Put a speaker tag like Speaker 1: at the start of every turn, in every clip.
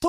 Speaker 1: ト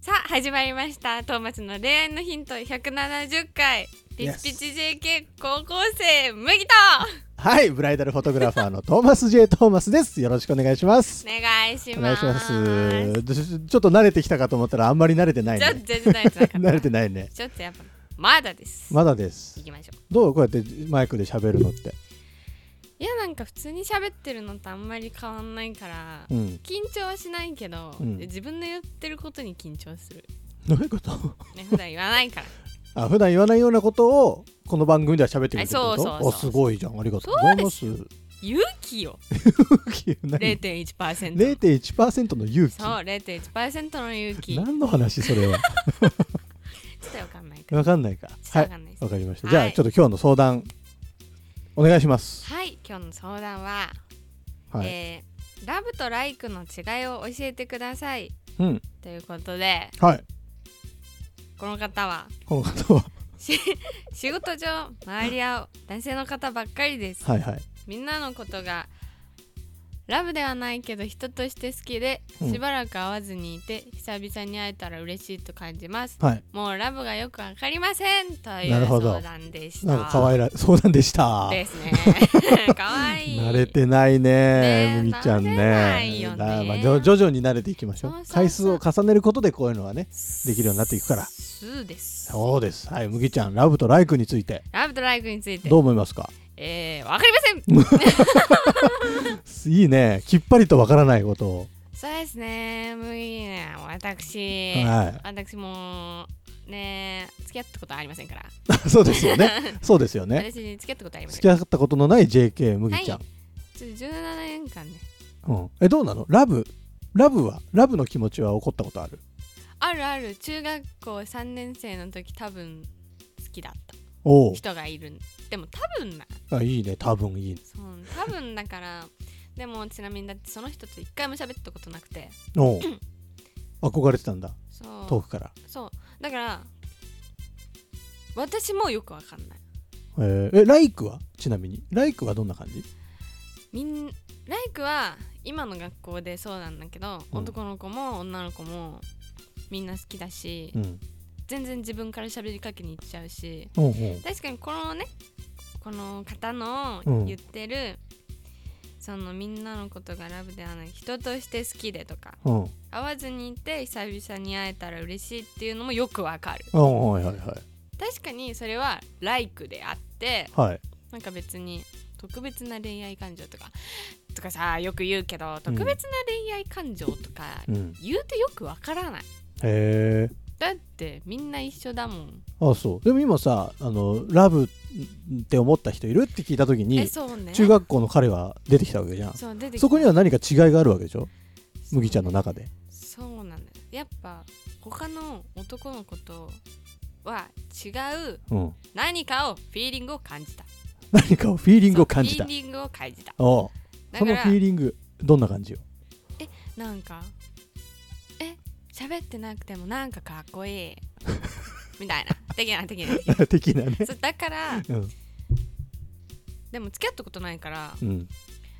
Speaker 2: さあ始まりましたトーマスの恋愛のヒント170回ピチピチ JK 高校生麦と
Speaker 3: はい、ブライダルフォトグラファーのトーマス J. トーマスです。よろしくお願いします
Speaker 2: お。願いし
Speaker 3: お願
Speaker 2: ま
Speaker 3: いし
Speaker 2: す
Speaker 3: ます。ちょちょっと慣れてきたかと思ったら、あんまり慣れてない
Speaker 2: ちょっと
Speaker 3: ね。
Speaker 2: 全然慣れてなかった
Speaker 3: 慣れてないね。
Speaker 2: ちょっとやっぱまだです、
Speaker 3: まだです
Speaker 2: 行。きましょ
Speaker 3: どうこうやってマイクで喋るのって。
Speaker 2: ういやなんか普通に喋ってるのとあんまり変わんないから、
Speaker 3: うん。
Speaker 2: 緊張はしないけど、
Speaker 3: うん
Speaker 2: 自分の言ってることに緊張する、
Speaker 3: どういうこと
Speaker 2: ね、普段言わないから
Speaker 3: あ、普段言わないようなことを、この番組では喋ってくれてるって
Speaker 2: はいそうそうそう
Speaker 3: ことあ、すごいじゃん。ありがとうございます。
Speaker 2: 勇気よ
Speaker 3: 何
Speaker 2: 0.1%の
Speaker 3: 0.1%の勇
Speaker 2: そう0.1%の勇
Speaker 3: 気。
Speaker 2: 気ちょ
Speaker 3: 何の話それは。
Speaker 2: っとわかんないから
Speaker 3: わかんないか。
Speaker 2: ちょ
Speaker 3: は
Speaker 2: っとわ
Speaker 3: い
Speaker 2: か。んないです
Speaker 3: わかりました。
Speaker 2: はい
Speaker 3: じゃあ、ちょっと今日の相談、お願いします。
Speaker 2: はい今日の相談は、
Speaker 3: はい。
Speaker 2: えーラブとライクの違いを教えてください
Speaker 3: うん。
Speaker 2: ということで
Speaker 3: はい。
Speaker 2: この方は
Speaker 3: この方は。
Speaker 2: し 仕事上周りは男性の方ばっかりです
Speaker 3: はいはい。
Speaker 2: みんなのことがラブではないけど人として好きで
Speaker 3: うん
Speaker 2: しばらく会わずにいて、久々に会えたら嬉しいと感じます
Speaker 3: はい。
Speaker 2: もうラブがよくわかりませんとい
Speaker 3: なる
Speaker 2: う
Speaker 3: ほど
Speaker 2: 相談でした
Speaker 3: なんか可愛らそうなんでした。
Speaker 2: です ね可愛い
Speaker 3: 慣れてないね
Speaker 2: ね、
Speaker 3: 麦ちゃん
Speaker 2: 慣れない
Speaker 3: ね
Speaker 2: よ。ね
Speaker 3: だまあ徐徐々に慣れていきましょう
Speaker 2: そうそうそう
Speaker 3: 回数を重ねることでこういうのはね、できるようになっていくから
Speaker 2: そうです
Speaker 3: そうです。はい、麦ちゃん、ラブとライクについて
Speaker 2: ラブとライクについて
Speaker 3: どう思いますか。
Speaker 2: えー、わかりません
Speaker 3: いいね、きっぱりとわからないことを。
Speaker 2: そうですね無理ね私、
Speaker 3: は
Speaker 2: 私もね付き合ったことありませんから
Speaker 3: い、 そうですよね。そうです よね。
Speaker 2: 私に付き合ったことありませ
Speaker 3: 付
Speaker 2: ん
Speaker 3: き合ったことのない J.K. 麦ちゃ
Speaker 2: ちょっ
Speaker 3: ん。
Speaker 2: と17年間ね
Speaker 3: うん。え、どうなの？ラブ、ラブはラブの気持ちは起こったことある。
Speaker 2: あるある中学校3年生の時多分好きだった
Speaker 3: おお。
Speaker 2: 人がいるでも多分な
Speaker 3: あ、いいね。多分いい。
Speaker 2: そう多分だからでもちなみにだってその人と一回も喋ったことなくて
Speaker 3: おお。憧れてたんだ。
Speaker 2: そう
Speaker 3: 遠くから。
Speaker 2: そうだから私もよくわかんない
Speaker 3: えーえライクはちなみにライクはどんな感じ
Speaker 2: みんライクは今の学校でそうなんだけど、
Speaker 3: うん
Speaker 2: 男の子も女の子もみんな好きだし、
Speaker 3: うん
Speaker 2: 全然自分から喋りかけに行っちゃうし
Speaker 3: うんうん
Speaker 2: 確かにこのねこの方の
Speaker 3: うん
Speaker 2: 言ってる、そのみんなのことがラブではない人として好きでとか
Speaker 3: うん
Speaker 2: 会わずにいて久々に会えたら嬉しいっていうのもよくわかる
Speaker 3: うんはいはいはい
Speaker 2: 確かにそれはライクであって
Speaker 3: はい
Speaker 2: なんか別に特別な恋愛感情とかとかさよく言うけど特別な恋愛感情とか
Speaker 3: うん
Speaker 2: 言うとよくわからない
Speaker 3: へえ
Speaker 2: だってみんな一緒だもん
Speaker 3: あそうでも今さあのラブって思った人いるって聞いた時
Speaker 2: え
Speaker 3: に
Speaker 2: そうね
Speaker 3: 中学校の彼が出てきたわけじゃん
Speaker 2: そう出てきた
Speaker 3: そこには何か違いがあるわけでしょ麦ちゃんの中で
Speaker 2: そうなんだよやっぱ他の男の子とは違う
Speaker 3: うん
Speaker 2: 何かをフィーリングを感じた
Speaker 3: 何かをフィーリングを感じ
Speaker 2: そう
Speaker 3: た
Speaker 2: フィーリングを感じた
Speaker 3: おう
Speaker 2: だ
Speaker 3: そ
Speaker 2: か
Speaker 3: の
Speaker 2: ら
Speaker 3: フィーリングどんな感じよ
Speaker 2: なんかえ喋ってなくてもなんかかっこいいみたいな的な的な的な
Speaker 3: 的なね
Speaker 2: そうだから
Speaker 3: うん
Speaker 2: でも付き合ったことないから
Speaker 3: うん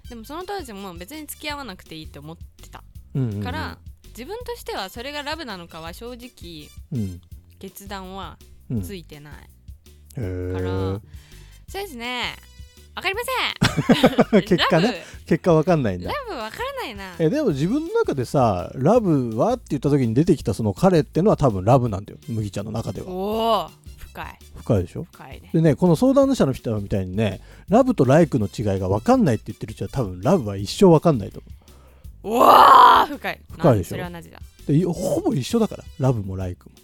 Speaker 2: でもその当時も別に付き合わなくていいと思ってた
Speaker 3: うんうん
Speaker 2: から、自分としてはそれがラブなのかは正直
Speaker 3: うん
Speaker 2: 決断は
Speaker 3: うん
Speaker 2: つ
Speaker 3: へ
Speaker 2: いてない、から
Speaker 3: え
Speaker 2: そうですねわかりません
Speaker 3: 結果ね結果わかんないんだ
Speaker 2: ラブラブわからないな
Speaker 3: えでも自分の中でさ「ラブは?」って言った時に出てきたその彼ってのは多分ラブなんだよ麦ちゃんの中で
Speaker 2: お
Speaker 3: は
Speaker 2: お深い
Speaker 3: 深いでしょ
Speaker 2: 深いね
Speaker 3: でねこの相談者の人みたいにねラブとライクの違いが分かんないって言ってる人は多分ラブは一生分かんないと思
Speaker 2: おお深い
Speaker 3: 深いでし
Speaker 2: な
Speaker 3: ょ
Speaker 2: それはなぜだ
Speaker 3: うでいほぼ一緒だからラブもライクも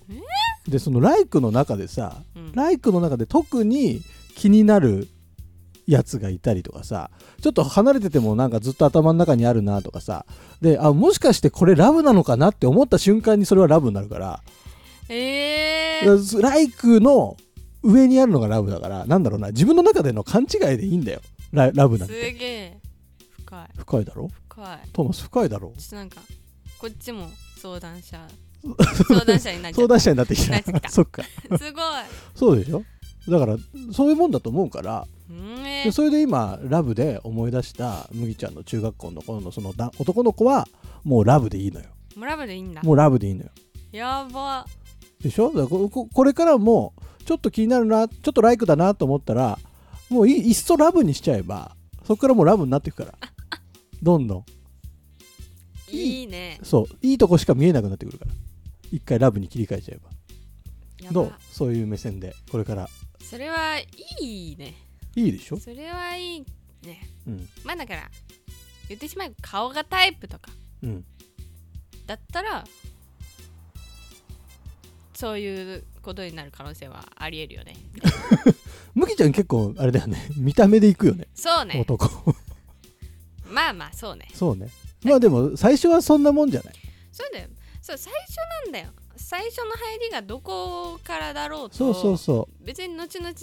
Speaker 3: でそのライクの中でさ
Speaker 2: うん
Speaker 3: ライクの中で特に気になるやつがいたりとかさちょっと離れててもなんかずっと頭の中にあるなとかさであもしかしてこれラブなのかなって思った瞬間にそれはラブになるから
Speaker 2: え
Speaker 3: だ
Speaker 2: ー、
Speaker 3: からライクの上にあるのがラブだからなんだろうな自分の中での勘違いでいいんだよララブなん
Speaker 2: す
Speaker 3: て
Speaker 2: げえ深い
Speaker 3: 深いだろ
Speaker 2: 深い
Speaker 3: トーマス深いだろ
Speaker 2: ちょっとなんかこっちも相談 者相談者になっちゃ
Speaker 3: 相
Speaker 2: っ
Speaker 3: 談者になってき
Speaker 2: なっちゃったた
Speaker 3: そっか
Speaker 2: たすごい
Speaker 3: そうでしょだからそういうもんだと思うから
Speaker 2: うんえ
Speaker 3: で
Speaker 2: ー、
Speaker 3: それで今ラブで思い出した麦ちゃんの中学校の頃のそのだ男の子はもうラブでいいのよ
Speaker 2: もうラブでいいんだ
Speaker 3: もうラブでいいのよ
Speaker 2: やば
Speaker 3: でしょだからこここれからもちょっと気になるなちょっとライクだなと思ったらもういいっそラブにしちゃえばそこからもうラブになっていくからどんどん
Speaker 2: いいね
Speaker 3: そういいとこしか見えなくなってくるから一回ラブに切り替えちゃえば
Speaker 2: やば
Speaker 3: どうそういう目線でこれから
Speaker 2: それはいいね
Speaker 3: いいでしょ、
Speaker 2: それはいいね
Speaker 3: うん
Speaker 2: まあだから言ってしまえば顔がタイプとか
Speaker 3: うん、
Speaker 2: だったらそういうことになる可能性はありえるよね
Speaker 3: 麦ちゃん結構あれだよね見た目でいくよね
Speaker 2: そうね
Speaker 3: 男
Speaker 2: まあまあそうね
Speaker 3: そうねまあでも最初はそんなもんじゃない
Speaker 2: そうだよそう最初なんだよ最初の入りがどこからだろうと
Speaker 3: そうそうそ
Speaker 2: 別に後々好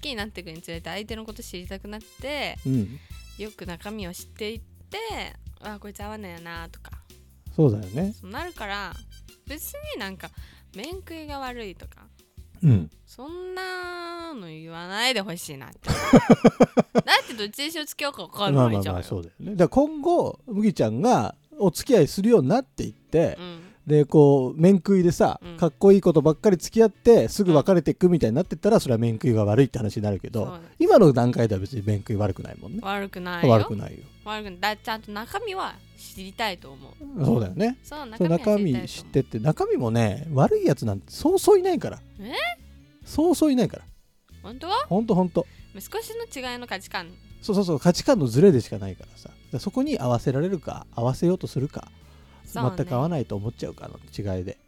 Speaker 2: きになっていくにつれて相手のこと知りたくなって
Speaker 3: ううん
Speaker 2: よく中身を知っていってあこいつ合わないよなとか
Speaker 3: そうだよね
Speaker 2: そうなるから別になんか面食いが悪いとか
Speaker 3: うん
Speaker 2: そんなの言わないでほしいなって だってどっちにしろ付き合うか分
Speaker 3: ま
Speaker 2: か
Speaker 3: あ
Speaker 2: んな
Speaker 3: ま
Speaker 2: い
Speaker 3: あ
Speaker 2: じゃん
Speaker 3: まあそうだよねだから今後麦ちゃんがお付き合いするようになっていって、
Speaker 2: うん、
Speaker 3: でこう面食いでさ、
Speaker 2: うん
Speaker 3: かっこいいことばっかり付き合ってすぐ別れていくみたいになってったらそれは面食いが悪いって話になるけど、
Speaker 2: そう
Speaker 3: 今の段階では別に面食い悪くないもんね
Speaker 2: 悪くないよ
Speaker 3: 悪
Speaker 2: 悪
Speaker 3: く
Speaker 2: く
Speaker 3: ないよ
Speaker 2: 悪くないだちゃんと中身は知りたいと思う
Speaker 3: そうだよね
Speaker 2: そう中
Speaker 3: そう
Speaker 2: 身はりたい
Speaker 3: 中
Speaker 2: と思
Speaker 3: 身
Speaker 2: う
Speaker 3: 知ってって中身もね悪いやつなんてそうそういないから
Speaker 2: え
Speaker 3: そうそういないから
Speaker 2: 本当は
Speaker 3: ほんとほんと
Speaker 2: 少しの違いの価値観
Speaker 3: そうそうそう価値観のズレでしかないからさだからそこに合わせられるか合わせようとするか、
Speaker 2: そうね
Speaker 3: 全く合わないと思っちゃうかの違いで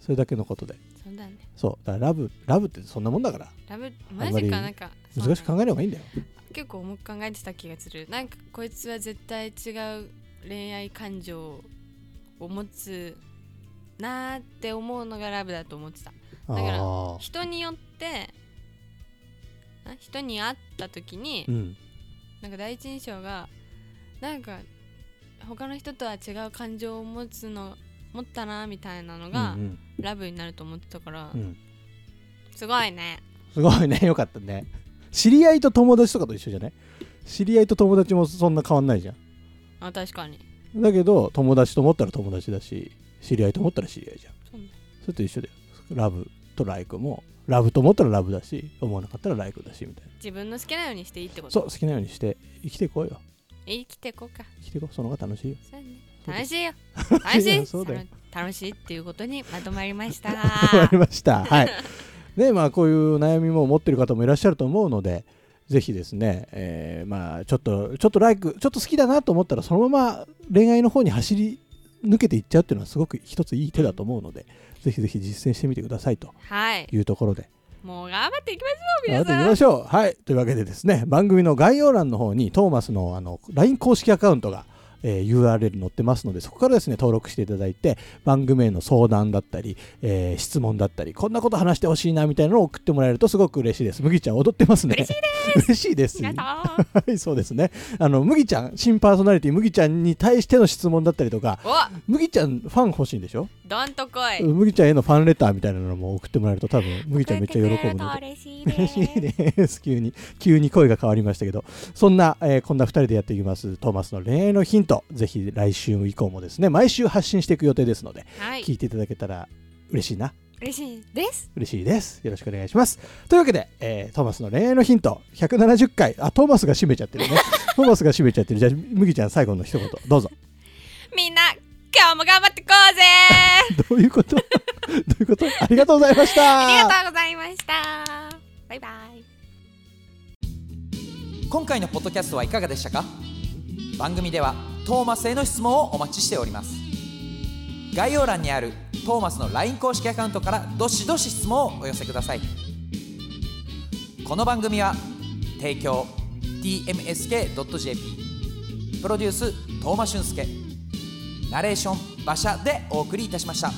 Speaker 3: それだけのことで
Speaker 2: そうだね
Speaker 3: そうだからラブラブってそんなもんだから
Speaker 2: ラブ
Speaker 3: あ
Speaker 2: マ
Speaker 3: んまり
Speaker 2: ジかなんかそう
Speaker 3: 難しく考えればいいんだよ
Speaker 2: 結構重く考えてた気がするなんかこいつは絶対違う恋愛感情を持つなーって思うのがラブだと思ってた
Speaker 3: あ
Speaker 2: から
Speaker 3: あ
Speaker 2: 人によってあ人に会った時に
Speaker 3: ーうん
Speaker 2: なんか第一印象がなんか他の人とは違う感情を持つの持ったなみたいなのが
Speaker 3: うん
Speaker 2: ラブになると思ってたから、
Speaker 3: うんうん、
Speaker 2: すごいね
Speaker 3: すごいねよかったね知り合いと友達とかと一緒じゃない知り合いと友達もそんな変わんないじゃん
Speaker 2: あ確かに
Speaker 3: だけど友達と思ったら友達だし知り合いと思ったら知り合いじゃん
Speaker 2: そうね
Speaker 3: それと一緒だよラブとライクもラブと思ったらラブだし思わなかったらライクだしみたいな
Speaker 2: 自分の好きなようにしていいってこと
Speaker 3: そう好きなようにして生きていこうよ
Speaker 2: 生きていこうか
Speaker 3: 生きていこうその方が楽しいよ
Speaker 2: そう ね、
Speaker 3: そうで
Speaker 2: 楽し いよ楽し
Speaker 3: い
Speaker 2: い
Speaker 3: やそうだよ
Speaker 2: その楽しいっていうことにまとまりま した
Speaker 3: わかりま したはいねまあこういう悩みも持ってる方もいらっしゃると思うのでぜひですね、えーまあちょっとちょっとライクちょっと好きだなと思ったらそのまま恋愛の方に走り抜けていっちゃうっていうのはすごく一ついい手だと思うのでぜひぜひ実践してみてくださいと
Speaker 2: はい
Speaker 3: いうところで
Speaker 2: もう頑張っていきましょう
Speaker 3: や
Speaker 2: 皆
Speaker 3: っていき
Speaker 2: さん
Speaker 3: ましょう。はい。というわけでですね、番組の概要欄の方にトーマスのあの LINE 公式アカウントが、えー URL 載ってますので、そこからですね、登録していただいて、番組への相談だったり、えー質問だったり、こんなこと話してほしいなみたいなのを送ってもらえるとすごく嬉しいです。麦ちゃん踊ってますね。嬉しいです。嬉しいです。
Speaker 2: 皆さん
Speaker 3: はい、そうですね。あの、麦ちゃん、新パーソナリティ麦ちゃんに対しての質問だったりとか、
Speaker 2: お
Speaker 3: 麦ちゃんファン欲しいんでしょ
Speaker 2: どんとこい
Speaker 3: 麦ちゃんへのファンレターみたいなのも送ってもらえると多分、麦ちゃんめっちゃ喜ぶの
Speaker 2: 送ってくれる
Speaker 3: で
Speaker 2: と。嬉しいで
Speaker 3: 嬉しい です。急に、急に声が変わりましたけど、そんな、えーこんな2人でやっていきます、トーマスの恋愛のヒント、ぜひ来週以降もですね、毎週発信していく予定ですので、
Speaker 2: はい
Speaker 3: 聞いていただけたら嬉しいな、
Speaker 2: 嬉しいです
Speaker 3: 嬉しいです。よろしくお願いします。というわけで、えートーマスの恋愛のヒント、170回、あ、トーマスが締めちゃって るね。トーマスが締めちゃってる。じゃあ、麦ちゃん、最後の一言、どうぞ。
Speaker 2: みんな今日も頑張ってこうぜ
Speaker 3: どういうこと どういうこと ありがとうございました。
Speaker 2: ありがとうございましたバイバイ
Speaker 1: 今回のポッドキャストはいかがでしたか番組ではトーマスへの質問をお待ちしております概要欄にあるトーマスの LINE 公式アカウントからどしどし質問をお寄せくださいこの番組は提供 tmsk.jp プロデューストーマ俊介ナレーション馬車でお送りいたしました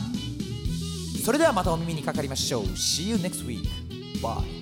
Speaker 1: それではまたお耳にかかりましょう See you next week bye